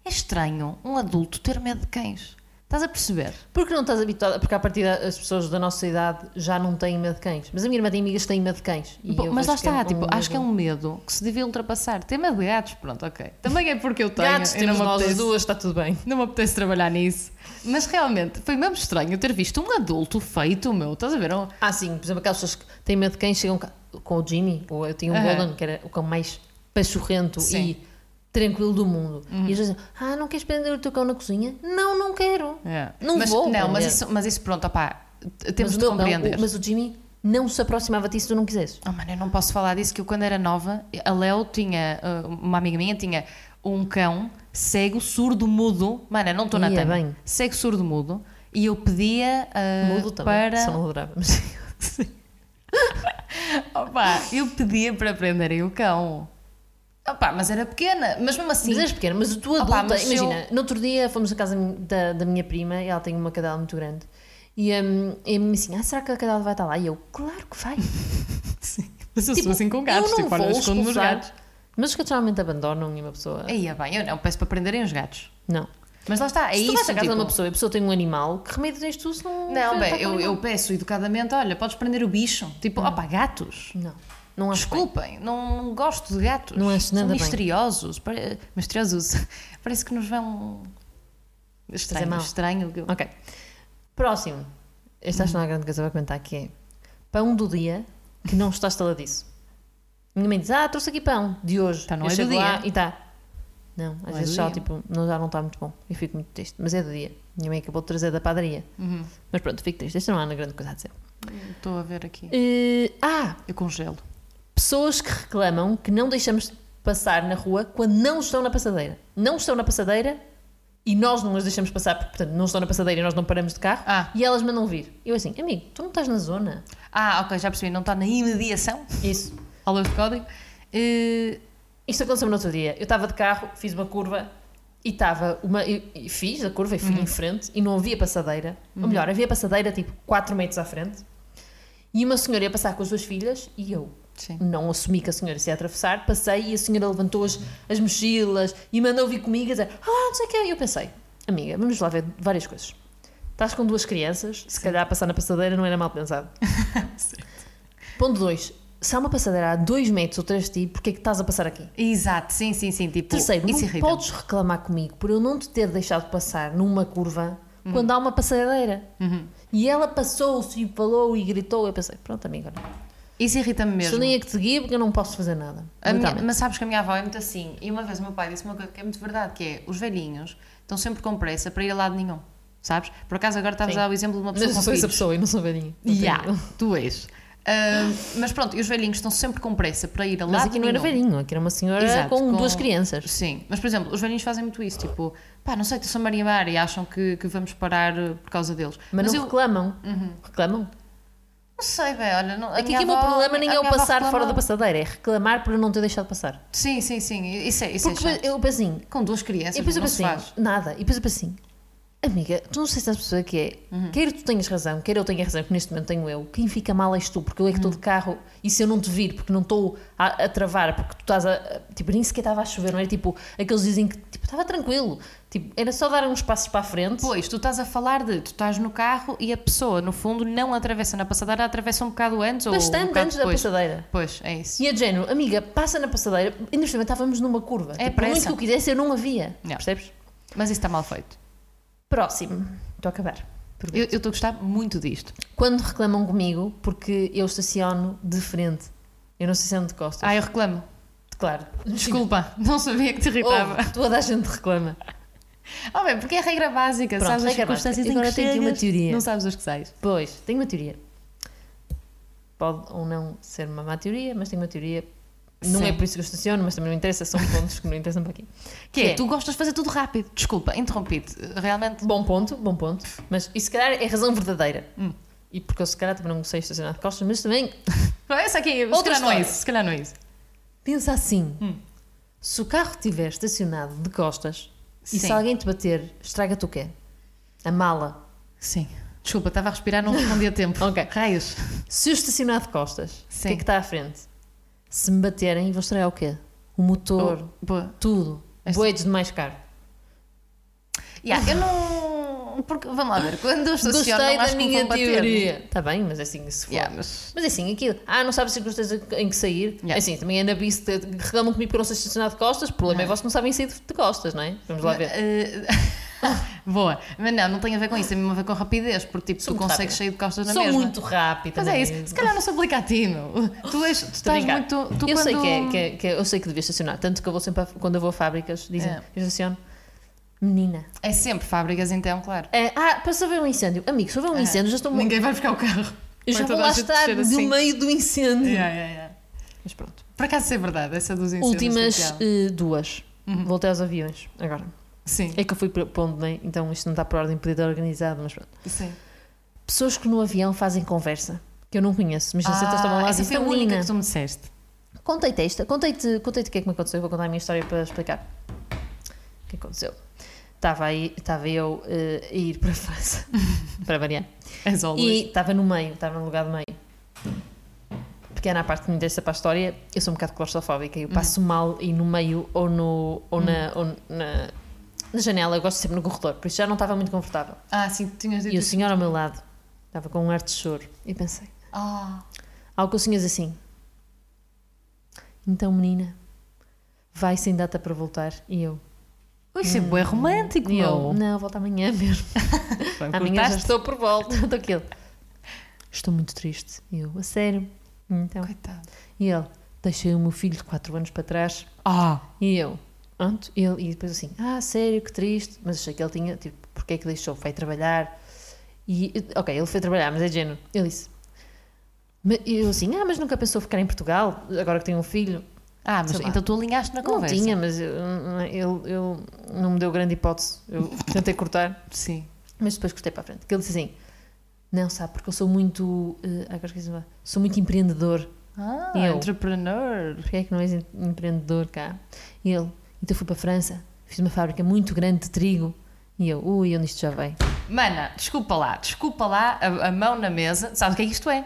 é estranho um adulto ter medo de cães. Estás a perceber? Porque não estás habituada, porque a partir das pessoas da nossa idade já não têm medo de cães. Mas a minha irmã tem amigas que têm medo de cães. E Bom, eu mas vejo lá está, um tipo, acho que é medo. um medo que se devia ultrapassar. Ter medo de gatos, pronto, ok. Também é porque eu tenho. Gatos, e não temos me nós as apetece- duas, está tudo bem. Não me apetece trabalhar nisso. Mas realmente, foi mesmo estranho ter visto um adulto feito, meu. Estás a ver? Um- Ah, sim, por exemplo, aquelas pessoas que têm medo de cães chegam cá, com o Jimmy, ou eu tinha um Aham. Golden, que era o cão mais pachorrento Sim. Uhum. e tranquilo do mundo. E as pessoas dizem: Ah, não queres prender o teu cão na cozinha? Não, não quero. É. Não mas, vou Não, mas vender. isso, mas isso pronto, opá, t- temos mas o de meu cão- compreender. o- mas o Jimmy não se aproximava de ti se tu não quisesse. Oh, mano, eu não posso falar disso, que eu quando era nova, a Léo tinha, uh, uma amiga minha tinha um cão cego, surdo, mudo. Mano, eu não estou na Ia tema. bem. Cego, surdo, mudo. E eu pedia uh, Mudo também, para... só não adorava. Mas... Opa, eu pedia para prenderem o cão. Opa, mas era pequena, mas mesmo assim... Mas eras pequena, mas tu Opa, adulta, mas se imagina, no outro dia fomos à casa da, da minha prima, e ela tem uma cadela muito grande, e, hum, e a minha assim, ah, será que a cadela vai estar lá? E eu, claro que vai. Sim, mas eu Tipo, sou assim com gatos, eu não tipo, olha, vou eu escondo-me os expulsar. gatos. Mas os gatos geralmente abandonam e uma pessoa... Aí, é bem, eu não peço para prenderem os gatos. Não. Mas lá está, é se tu isso, vais à casa de tipo- uma pessoa e a pessoa tem um animal, que remédio tens tu se não... Não, se bem, está com eu, um animal? eu peço educadamente, olha, podes prender o bicho. Tipo, opa, gatos. é Não, não acho bem. Desculpem, não, não gosto de gatos. Não acho nada São bem. misteriosos. pare- Misteriosos. Parece que nos vão... Estranho, mal. estranho. que eu- Ok. Próximo. Esta acho que não há grande coisa para comentar, que é pão do dia que não está estaladiço. Minha mãe diz, ah, trouxe aqui pão de hoje. Então não Eu é do chego dia. lá e está. Não, às Não é do vezes só, dia. tipo, não, já não está muito bom. Eu fico muito triste, mas é do dia. Minha mãe acabou de trazer da padaria. Uhum. Mas pronto, fico triste. Esta não há grande coisa a dizer. Estou a ver aqui. Eh, ah, Eu congelo. pessoas que reclamam que não deixamos passar na rua quando não estão na passadeira. Não estão na passadeira e nós não as deixamos passar, porque, portanto, não estão na passadeira e nós não paramos de carro. Ah. E elas mandam vir. Eu assim, amigo, tu não estás na zona. Ah, ok, já percebi. Não está na imediação. Isso. Alô de código. Eh, Isto aconteceu no outro dia. Eu estava de carro, fiz uma curva e estava uma. eu- e fiz a curva e fui em frente e não havia passadeira. Ou melhor, havia passadeira tipo 4 metros à frente. E uma senhora ia passar com as suas filhas e eu sim. não assumi que a senhora se ia atravessar. Passei e a senhora levantou as, as mochilas e mandou vir comigo a dizer: Ah, não sei o que. E eu pensei: Amiga, vamos lá ver várias coisas. Estás com duas crianças, se calhar passar na passadeira não era mal pensado. Ponto 2. Se há uma passadeira a 2 metros ou 3 de ti, porquê é que estás a passar aqui? Exato, sim, sim, sim. Tipo, Terceiro, isso não irrita-me. podes reclamar comigo por eu não te ter deixado passar numa curva Uhum. quando há uma passadeira. E ela passou-se e falou e gritou. Eu pensei, pronto, amiga, não. Isso irrita-me mesmo. Estou nem a que te guia porque eu não posso fazer nada. A minha- Literalmente. mas sabes que a minha avó é muito assim. E uma vez o meu pai disse uma coisa que é muito verdade, que é os velhinhos estão sempre com pressa para ir a lado nenhum. Sabes? Por acaso agora estamos Sim. a dar o exemplo de uma Mas pessoa eu com sou essa filhos. pessoa e não sou velhinha. Não Ya, tenho- tu és. Ah, mas pronto, e os velhinhos estão sempre com pressa para ir a Mas lado aqui não era nenhum. velhinho, aqui era uma senhora Exato, com, com- duas crianças. Sim, mas por exemplo, os velhinhos fazem muito isso, tipo, pá, não sei, estou a marimar e acham que, que vamos parar eh, por causa deles. Mas, não eu reclamam. Reclamam. não sei, velho, olha, não, a Aqui, minha aqui o meu avó- problema nem a é o minha avó passar reclama- fora da passadeira, é reclamar por eu não ter deixado passar. Sim, sim, sim, isso é, isso é Porque chato. eu penso assim, Com duas crianças, E depois eu assim, não se pensei, faz. nada. E depois eu pensei, amiga, tu não sei se estás a perceber que é. Uhum. Quer tu tenhas razão, quer eu tenha razão, que neste momento tenho eu. Quem fica mal és tu, porque eu é que Uhum. estou de carro. E se eu não te vir, porque não estou a, a travar, porque tu estás a, a- Tipo, nem sequer estava a chover, não era tipo aqueles dizem que tipo, estava tranquilo. Tipo, era só dar uns passos para a frente. Pois, tu estás a falar de, tu estás no carro e a pessoa, no fundo, não atravessa na passadeira, atravessa um bocado antes ou um bastante bocado antes depois. da passadeira. Pois, é isso. E a de género, amiga, passa na passadeira. Ainda por cima, estávamos numa curva. Tipo, É por muito pressa. que eu quisesse, eu não havia. Yeah. Percebes? Mas isso está mal feito. Próximo. Estou a acabar. Eu eu estou a gostar muito disto. Quando reclamam comigo porque eu estaciono de frente. Eu não estaciono de costas. Ah, eu reclamo. claro. Tipo, Desculpa, não sabia que te irritava. Ouve, toda a gente reclama. Oh, bem, porque é a regra básica, Pronto, sabes as regra circunstâncias básica. em que Agora tenho aqui uma chegas, teoria. Não sabes as que sais. Pois, tenho uma teoria. Pode ou não ser uma má teoria, mas tenho uma teoria. Não Sim. é por isso que eu estaciono, mas também não interessa, são pontos que não interessam para aqui. Que é, tu gostas de fazer tudo rápido. Desculpa, interrompi-te. Realmente. Bom ponto, bom ponto. Mas isso se calhar é razão verdadeira. Hum. E porque eu se calhar também não sei estacionar de costas, mas também Não, Essa aqui, se Outra calhar não é história. isso. Se calhar não é isso. pensa assim. Hum. Se o carro estiver estacionado de costas e Sim. se alguém te bater, estraga-te o quê? A mala. Sim. Desculpa, estava a respirar, não respondi a tempo. ok. Raios. Se eu estacionar de costas, Sim. o que é que está à frente? Se me baterem, vou estragar o quê? O motor, Oh, boa. tudo. Esta- Boedes de mais caro. Yeah, eu não. Porque, vamos lá ver, quando eu estaciono, Gostei não acho da que me minha vão bater. teoria. Está bem, mas assim, se for. um Yeah, mas... Mas assim, aquilo. Ah, não sabes circunstâncias em que sair. Yeah. Assim, também é na bice. que Reclamam comigo porque eu não sei estacionar de costas. O problema é vocês que não sabem sair de de costas, não é? Vamos lá ver. Eh, Boa. Mas não, não tem a ver com isso, tem mesmo a ver com rapidez, porque tipo, Sou tu muito consegues rápida. sair de costas na Sou mesma. muito rápida. Mas não é isso, se calhar não se aplica a ti, meu. Tu, és, tu Estou a estás brincar. muito. Tu eu, quando... sei que é, que é- que é- eu sei que devia estacionar. Tanto que eu vou sempre. a- quando eu vou a fábricas, dizem. É. Eu estaciono. Menina. É sempre fábricas, então, claro. É, ah, para saber um incêndio. Amigo, se houver um incêndio, já estou muito. Ninguém vai buscar o carro. Eu Vai já vou toda a lá gente estar descer no assim. meio do incêndio. Yeah, yeah, yeah. Mas pronto. Por acaso isso é verdade, essa dos incêndios. Últimas social. eh, duas. Voltei aos aviões. Agora. Sim, É que eu fui para para onde bem, então isto não está por ordem pedida organizada, mas pronto. sim. Pessoas que no avião fazem conversa, que eu não conheço, mas não sei se eles estavam lá Ah, essa dizem, "Então, foi a única "Menina, que tu me disseste. Contei-te esta, contei-te contei o que é que me aconteceu, eu vou contar a minha história para explicar o que aconteceu. Estava, aí, estava eu eh, a ir para a França, para variar. És ao Luís. E estava no meio, estava no lugar do meio. Pequena a parte que me interessa para a história, eu sou um bocado claustrofóbica, eu passo Uhum. mal e no meio ou, no, ou, na, ou na, na janela, eu gosto sempre no corredor, por isso já não estava muito confortável. Ah, sim, tu tinhas dito. E o isso. senhor ao meu lado estava com um ar de choro e pensei, Ah, algo que o senhor diz assim: Então, menina, vai sem data para voltar? E eu, Ui, isso é bué romântico, e Hum. eu meu. não, volta amanhã mesmo. amanhã já Cortaste? estou por volta, estou aquilo. Estou muito triste. E eu, a sério? Então. Coitado. E ele, deixei o meu filho de 4 anos para trás Ah! e eu, pronto, e ele, e depois assim, ah, sério, que triste, mas achei que ele tinha, tipo, porque é que deixou, foi trabalhar, e, ok, ele foi trabalhar, mas é género, ele disse, "Ma- eu assim, ah, mas nunca pensou ficar em Portugal, agora que tem um filho, Ah, mas Sei lá. então tu alinhaste na não conversa. tinha, mas eu- é, ele, ele não me deu grande hipótese, eu tentei cortar, Sim. mas depois cortei para a frente, que ele disse assim, não, sabe, porque eu sou muito, eh, agora esqueci-me, sou muito empreendedor, Ah, Eu. entrepreneur. porque é que não és em- empreendedor cá? E ele, então fui para a França, fiz uma fábrica muito grande de trigo. E eu, ui, onde isto já vai? Mana, desculpa lá, desculpa lá a, a mão na mesa. Sabes o que é que isto é?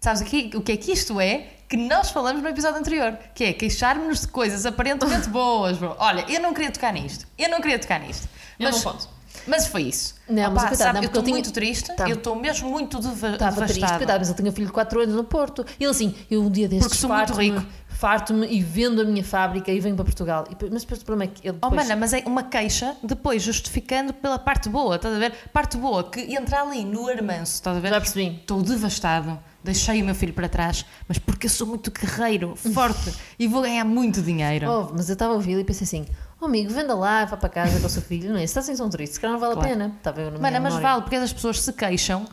Sabes o que, o que é que isto é que nós falamos no episódio anterior? Que é queixarmos-nos de coisas aparentemente boas, bro. Olha, eu não queria tocar nisto, eu não queria tocar nisto. Eu Mas, não posso. mas foi isso. Não, mas coitado, sabe, não, eu porque estou eu tinha- muito triste, Tá. eu estou mesmo muito deva Estava triste, devastada. cuidado, mas ele tinha um filho de 4 anos no Porto. E ele assim, eu um dia destes Porque sou muito farto-me- rico. farto-me e vendo a minha fábrica e venho para Portugal. E depois- mas depois o problema é que ele Oh, depois... mana, mas é uma queixa, depois justificando pela parte boa, estás a ver? Parte boa que entra ali no armanço, estás a ver? Já percebi. Estou devastado, deixei o meu filho para trás, mas porque eu sou muito guerreiro, forte e vou ganhar muito dinheiro. Oh, mas eu estava a ouvi-lo e pensei assim, oh, amigo, venda lá, vá para casa com o seu filho. Não é? Se estás em São Triste, se calhar não vale Claro. a pena. Estava eu na minha mana, mas memória. vale, porque as pessoas se queixam,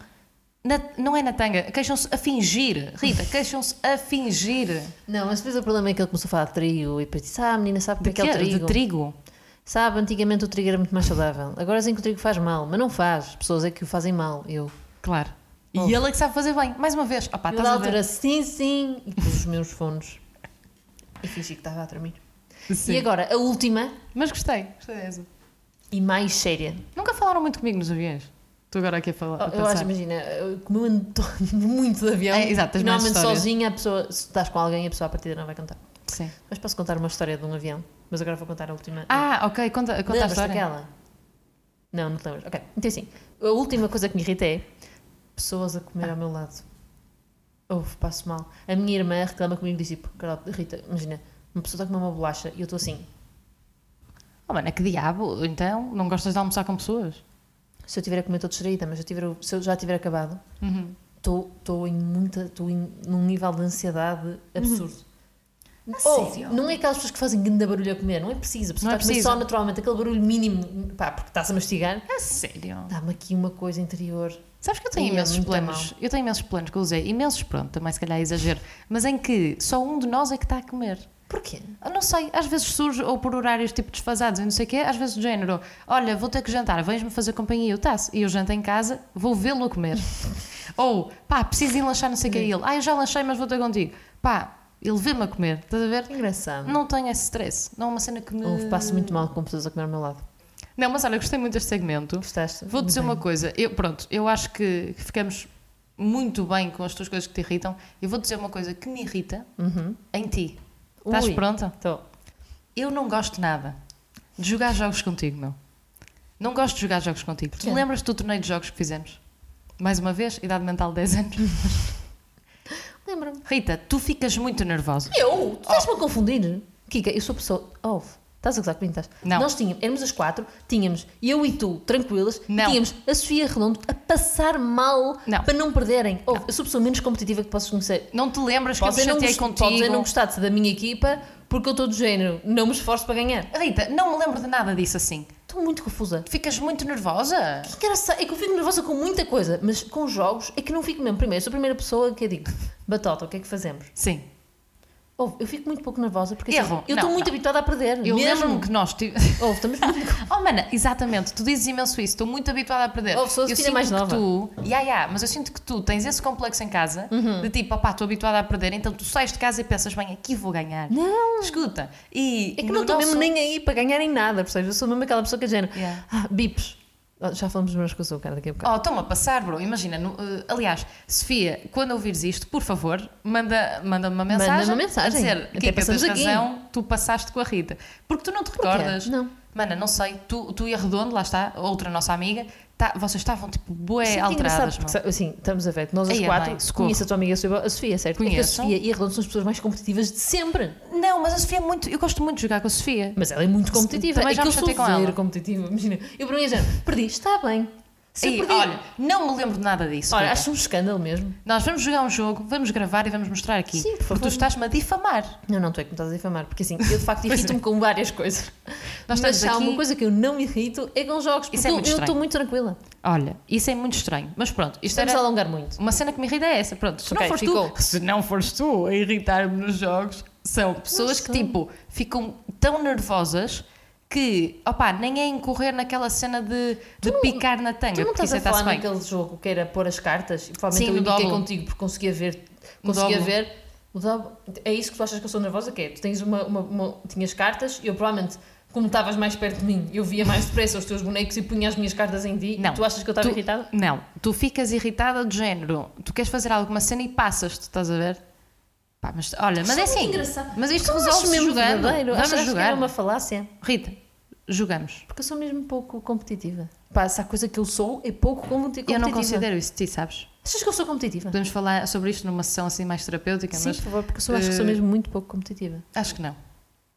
na- não é na tanga, queixam-se a fingir. Rita, queixam-se a fingir. Não, mas depois o problema é que ele começou a falar de trigo e depois disse, ah, menina, sabe como é que é o Que é trigo? De trigo. Sabe, antigamente o trigo era muito mais saudável. Agora dizem que o trigo faz mal, mas não faz. As pessoas é que o fazem mal. Eu, Claro. Oh. E ele é que sabe fazer bem. Mais uma vez. eu Opá, Ah, estás da a ver? altura, sim, sim, e pus os meus fones. E fingi que estava a dormir. Sim. E agora, a última Mas gostei, gostei dessa. e mais séria. Nunca falaram muito comigo nos aviões. Estou agora aqui a falar. Oh, a eu pensar. acho, imagina, eu- como eu ando muito de avião, É, exato, tens mais normalmente histórias. sozinha, a pessoa, se estás com alguém, a pessoa à partida não vai contar. Sim. Mas posso contar uma história de um avião, mas agora vou contar a última. Ah, ok, conta, conta a Lembras-te história. daquela? Não, não te lembras. Ok, então assim, a última coisa que me irrita é pessoas a comer ao meu lado. Ouve, passo mal. A minha irmã reclama comigo e diz tipo, Carol, Rita, imagina, uma pessoa está a comer uma bolacha e eu estou assim, Oh, mano, que diabo? Então, não gostas de almoçar com pessoas? se eu tiver a comer estou distraída, mas eu tiver, o- se eu já tiver acabado, Uhum. estou estou em muita, estou em- num nível de ansiedade absurdo. Ou, Uhum. sério? não é aquelas pessoas que fazem grande barulho a comer, não é preciso. A pessoa Não é está a comer preciso. só naturalmente, aquele barulho mínimo, pá, porque está-se a mastigar, A É sério? dá-me aqui uma coisa interior. Sabes que eu tenho Sim, é imensos muito planos. Eu tenho imensos planos que eu usei. Imensos, pronto, também se calhar é exagero. Mas em que só um de nós é que está a comer. Porquê? Eu não sei, às vezes surge, ou por horários tipo desfasados e não sei o quê, às vezes do género, olha, vou ter que jantar, vens-me fazer companhia, eu taço, e eu janto em casa, vou vê-lo a comer. ou, pá, preciso ir lanchar, não sei o quê, e ele, ah, eu já lanchei, mas vou ter contigo. Pá, ele vê-me a comer, estás a ver? É Engraçado. Não tenho esse stress, não é uma cena que me... Hum. Houve, passo muito mal com pessoas a comer ao meu lado. Não, mas olha, gostei muito deste segmento. Gostaste? Vou dizer uma coisa, eu, pronto, eu acho que, que ficamos muito bem com as tuas coisas que te irritam, eu vou dizer uma coisa que me irrita em ti. Estás Uhum. Ui. pronta? Então, Eu não gosto nada de jogar jogos contigo, meu. Não gosto de jogar jogos contigo. Porquê? Tu lembras do torneio de jogos que fizemos? Mais uma vez, idade mental 10 anos. lembra-me. Rita, tu ficas muito nervosa. Eu? Tu estás-me a confundir? Kika, eu sou pessoa. Ouve. Estás a gozar comigo? Estás? Não. Nós tínhamos, éramos as quatro, tínhamos eu e tu tranquilas, e Não. tínhamos a Sofia Redondo a passar mal Não. para não perderem. Ouve, eu sou a pessoa menos competitiva que posso conhecer. Não te lembras que Podes eu eu não, me chateei gost- podes eu contigo? não gostaste da minha equipa porque eu estou do género, não me esforço para ganhar. Rita, não me lembro de nada disso assim. Estou muito confusa. Ficas muito nervosa? Que engraçado, é que eu fico nervosa com muita coisa, mas com jogos é que não fico mesmo. Primeiro, sou a primeira pessoa que eu digo, Batota, o que é que fazemos? Sim. Ouve, eu fico muito pouco nervosa porque assim, Erro. eu Não, estou muito não. habituada a perder. mesmo Eu lembro-me que nós tive... Ouve, estamos muito. Oh, mana, exatamente, tu dizes imenso isso, estou muito habituada a perder. Oh, sou a eu filha sinto mais que nova. Uhum. tu, Ya, ya, mas eu sinto que tu tens esse complexo em casa de tipo, opá, estou habituada a perder, então tu sais de casa e pensas, bem, aqui vou ganhar. Não. Escuta, e. É que no não estou nosso- mesmo nem aí para ganhar em nada, percebes? Eu sou mesmo aquela pessoa que é de género. Yeah. Ah, bips. Ah, Já falamos menos com o açúcar daqui a bocado. Oh, estão-me a passar, bro. Imagina, no- eh, aliás, Sofia, quando ouvires isto, por favor, manda- manda-me uma Manda-me mensagem. uma mensagem. A dizer, Até Kika, tens passamos aqui." razão, tu passaste com a Rita. Porque tu não te recordas. Não. Mana, não sei, tu, tu e a Redondo, lá está, outra nossa amiga, tá- vocês estavam tipo Isso bué é muito engraçado, alteradas, porque, mano. sabe, assim, estamos a ver, nós as Ei, quatro, é bem, se socorro. conhece a tua amiga a Sofia- a Sofia, certo? É que a Conheço. Sofia e a Redondo são as pessoas mais competitivas de sempre. Não, mas a Sofia é muito. Eu gosto muito de jogar com a Sofia. Mas ela é muito competitiva. Também é tá, já que me eu sou chatei com ela. zero competitiva. Imagina, eu para mim é género, perdi, está bem. Se eu Ei, perdi- Olha, não me lembro de nada disso. Olha, Rita. acho um escândalo mesmo. Nós vamos jogar um jogo, vamos gravar e vamos mostrar aqui. Sim, por porque favor. tu estás-me a difamar. Não, não, tu é que me estás a difamar, porque assim, eu de facto irrito-me com várias coisas. é. Nós Mas estamos se há aqui- uma coisa que eu não me irrito é com jogos, porque Isso é eu- muito eu estranho. estou muito tranquila. Olha, isso é muito estranho. Mas pronto, isto Estamos era a alongar muito. uma cena que me irrita é essa. Pronto, se Ok, não fores ficou. tu, se não fores tu a irritar-me nos jogos, são pessoas Não que são. tipo ficam tão nervosas que, opá, nem é incorrer naquela cena de, de picar na tanga, Tu não porque estás isso a é está-se falar bem. naquele jogo que era pôr as cartas e provavelmente Sim, eu o indiquei dobro. contigo porque conseguia ver. O Conseguia dobro. ver. O dobro. É isso que tu achas que eu sou nervosa? Que é? Tu tens uma, uma- uma- tinhas cartas e eu provavelmente, como estavas mais perto de mim, eu via mais depressa os teus bonecos e punha as minhas cartas em ti. Não. E tu achas que eu estava Tu- irritada? Não, tu ficas irritada do género. Tu queres fazer alguma cena e passas-te, estás a ver? Pá, mas olha, mas Isso é muito assim. engraçado. Mas isto Tu não achas resolve-se mesmo jogando. verdadeiro? Vamos Achas que jogar. era uma falácia? Rita, jogamos. Porque eu sou mesmo pouco competitiva. Pá, essa coisa que eu sou é Ah. pouco com- competitiva. Eu não considero isso, ti sabes? Achas que eu sou competitiva? Podemos falar sobre isto numa sessão assim mais terapêutica, Sim, mas por favor, porque eu sou- acho que sou eh, mesmo muito pouco competitiva. acho que não.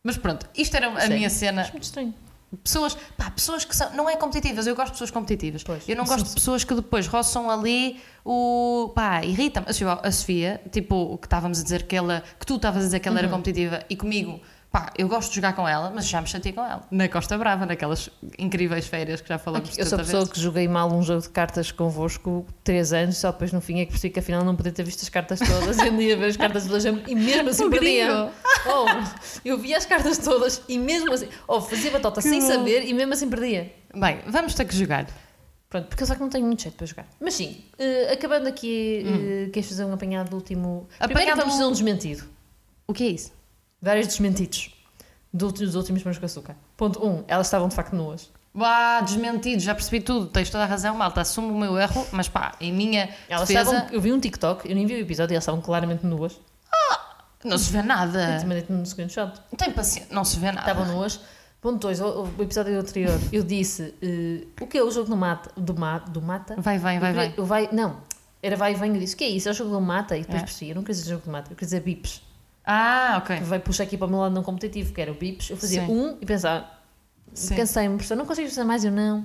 Mas pronto, isto era a Sei. minha cena. Acho muito estranho. Pessoas, pá, pessoas que são, não é competitivas, eu gosto de pessoas competitivas. Pois. eu não Sim, gosto de sim. pessoas que depois roçam ali o, pá, irrita-me. A Sofia- A Sofia, tipo, o que estávamos a dizer que ela, que tu estavas a dizer que ela era Uhum. competitiva e comigo, pá, eu gosto de jogar com ela, mas já me chateei com ela. Na Costa Brava, naquelas incríveis feiras que já falamos Eu sou a tanta pessoa vez. que joguei mal um jogo de cartas convosco 3 anos, só depois no fim é que percebi que afinal não podia ter visto as cartas todas. Eu andei a ver as cartas todas e mesmo assim Pobre perdia. eu. Oh, eu via as cartas todas e mesmo assim. Oh, fazia batota sem bom. saber e mesmo assim perdia. Bem, vamos ter que jogar. Pronto, porque eu só que não tenho muito jeito para jogar. Mas sim, eh, acabando aqui, Hum. eh, queres fazer um apanhado do último. Primeiro Apanhado- vamos fazer um desmentido. O que é isso? Vários desmentidos do- dos últimos pães com açúcar. Ponto 1. Um, elas estavam de facto nuas. Bah, desmentido, já percebi tudo, tens toda a razão, malta, assumo o meu erro, mas pá, em minha Elas defesa, estavam. Eu vi um TikTok, eu nem vi o episódio, elas estavam claramente nuas. não se vê Eu nada, também dei-te um screenshot. tem paciência, não se vê nada. Estavam nuas. Ponto 2, o, o episódio anterior, eu disse eh, o que é o jogo do mata? Do, ma, do mata? Vai, vai, vai, Eu queria- vai. eu vai. Não, era vai e vem. Eu disse o que é isso? É o jogo do mata? E depois É. percebi, eu não queria dizer jogo do mata, eu queria dizer bips. Ah, Que ok. vai puxar aqui para o meu lado não competitivo, que era o bips. Eu fazia Sim. um e pensava, Sim. cansei-me, professor, não consigo fazer mais? Eu não.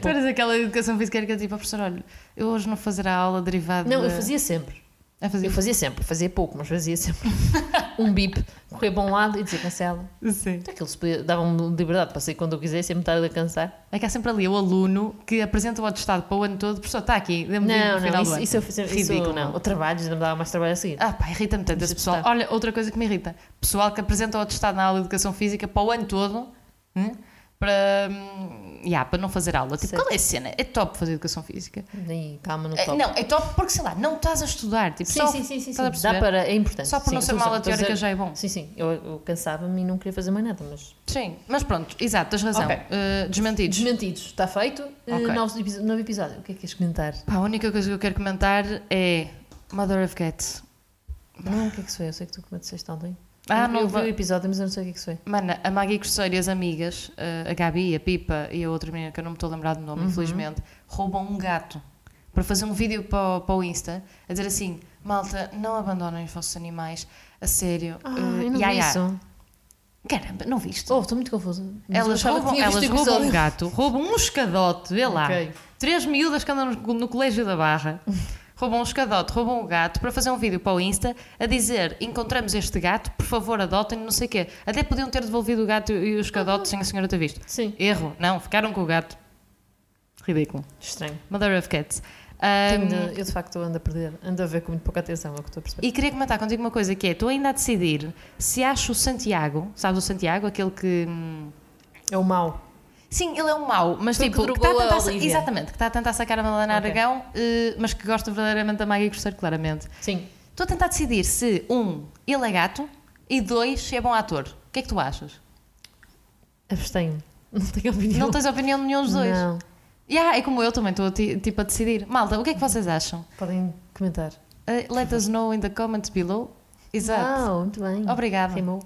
Tu eras aquela educação física que era tipo, "Ah, professor, olha, eu hoje não fazer a aula derivada. Ah, Não, eu da-" fazia sempre. A fazer. Eu fazia sempre, fazia pouco, mas fazia sempre. um bip, correr para um lado e dizer cancela. Sim. Então aquilo se podia- dava-me liberdade para sair quando eu quisesse, sem me estar a cansar. É que há sempre ali o aluno que apresenta o atestado para o ano todo, professor, está aqui, dê-me dinheiro Não, no não, final do isso, ano. isso, eu fiz- isso, Ridículo. não. O trabalho, já me dava mais trabalho a seguir. Ah, pá, irrita-me tanto Isso esse pessoal. está. Olha, outra coisa que me irrita: pessoal que apresenta o atestado na aula de educação física para o ano todo hum, para, hum, yeah, para não fazer aula. Tipo, Certo. qual é a cena? É top fazer educação física? Nem calma no É, top. não, é top porque sei lá, não estás a estudar. Tipo, Sim, só, sim, sim, sim, estás a sim. perceber? Dá para, é importante. Só por não Sim, ser atenção, uma aula estou a teórica dizer- já é bom. Sim, sim. Eu, eu cansava-me e não queria fazer mais nada, mas. Sim, mas pronto, exato, tens razão. Ok. Uh, desmentidos. Desmentidos, está feito. Ok. Uh, novos episo- novo episódio. O que é que queres comentar? Pá, a única coisa que eu quero comentar é Mother of Cats. Não, o que é que isso foi? Eu sei que tu comentaste ontem. Ah, eu, não eu vi vai- o episódio, mas eu não sei o que é que isso foi. Mana, a Maggie Cruzeiro e as amigas, eh, a Gabi, a Pipa e a outra menina que eu não me estou a lembrar do Uhum. nome, infelizmente, roubam um gato para fazer um vídeo para, o- para o Insta a dizer assim: malta, não abandonem os vossos animais, a sério. Ah, eh, eu não ya, vi ya." isso. Caramba, não viste? ah, Oh, estou muito confusa. Mas eu elas achava que roubam, tinha visto elas o episódio. roubam um gato, roubam um escadote, vê lá. Ok. Três miúdas que andam no, no colégio da Barra. Roubam um escadote, roubam o gato para fazer um vídeo para o Insta a dizer encontramos este gato, por favor adotem não sei o quê. Até podiam ter devolvido o gato e o escadote sem a senhora ter visto. Sim. Erro, não, ficaram com o gato. Ridículo. Estranho. Mother of Cats. Ahm, Tenho- eu de facto ando a perder, ando a ver com muito pouca atenção, é o que estou a perceber. e queria comentar contigo uma coisa que é, estou ainda a decidir se acho o Santiago, sabes o Santiago, aquele que... hum, É o mau. Sim, ele é um mau, mas Foi o tipo, que que está a drogou a tentar, sa- Olivia. exatamente, que está a tentar sacar a Madalena Ok. Aragão, eh, mas que gosta verdadeiramente da Maggie Cruzeiro, claramente. Sim. Estou a tentar decidir se, um, ele é gato e, dois, se é bom ator. O que é que tu achas? Abstenho-me. Não tenho opinião. Não tens opinião de nenhum dos dois? Não. Yeah, é como eu também estou a ti- tipo a decidir. Malta, o que é que vocês acham? Podem comentar. Uh, let us know in the comments below. Exato. Uau, Ah, muito bem. Obrigada. Queimou.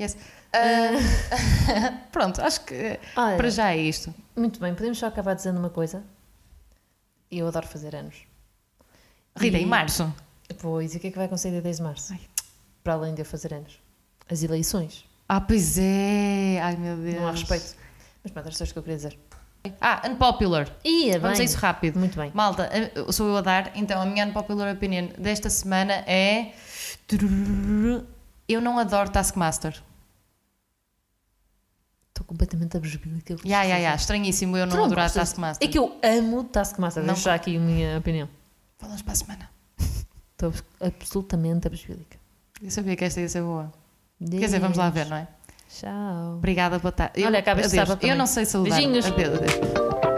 Yes. Uh, pronto, acho que Olha, para já é isto. Muito bem, podemos só acabar dizendo uma coisa. Eu adoro fazer anos. Rida, E- em março. Pois, e o que é que vai acontecer dia 10 de março? Ai. Para além de eu fazer anos. As eleições. Ah, pois é. Ai, meu Deus. Não há respeito. Mas pronto, era só isto que eu queria dizer. Ah, unpopular. Ia Vamos a bem. isso rápido. Muito bem. Malta, eh, sou eu a dar, então a minha unpopular opinion desta semana é. Eu não adoro Taskmaster. Estou completamente abjubílica. Ya, ya, ya, estranhíssimo eu Tu não, não adorar gostas? Taskmaster. É que eu amo Taskmaster. Não Deixo já aqui a minha opinião. Falamos para a semana. Estou abs- absolutamente abjubílica. Eu sabia que esta ia ser boa. Quer dizer, vamos lá ver, não é? Tchau. Obrigada, boa tarde. Eu- Olha, acaba este adeus. sábado Eu também. não sei saudar. Beijinhos. Adeus, adeus.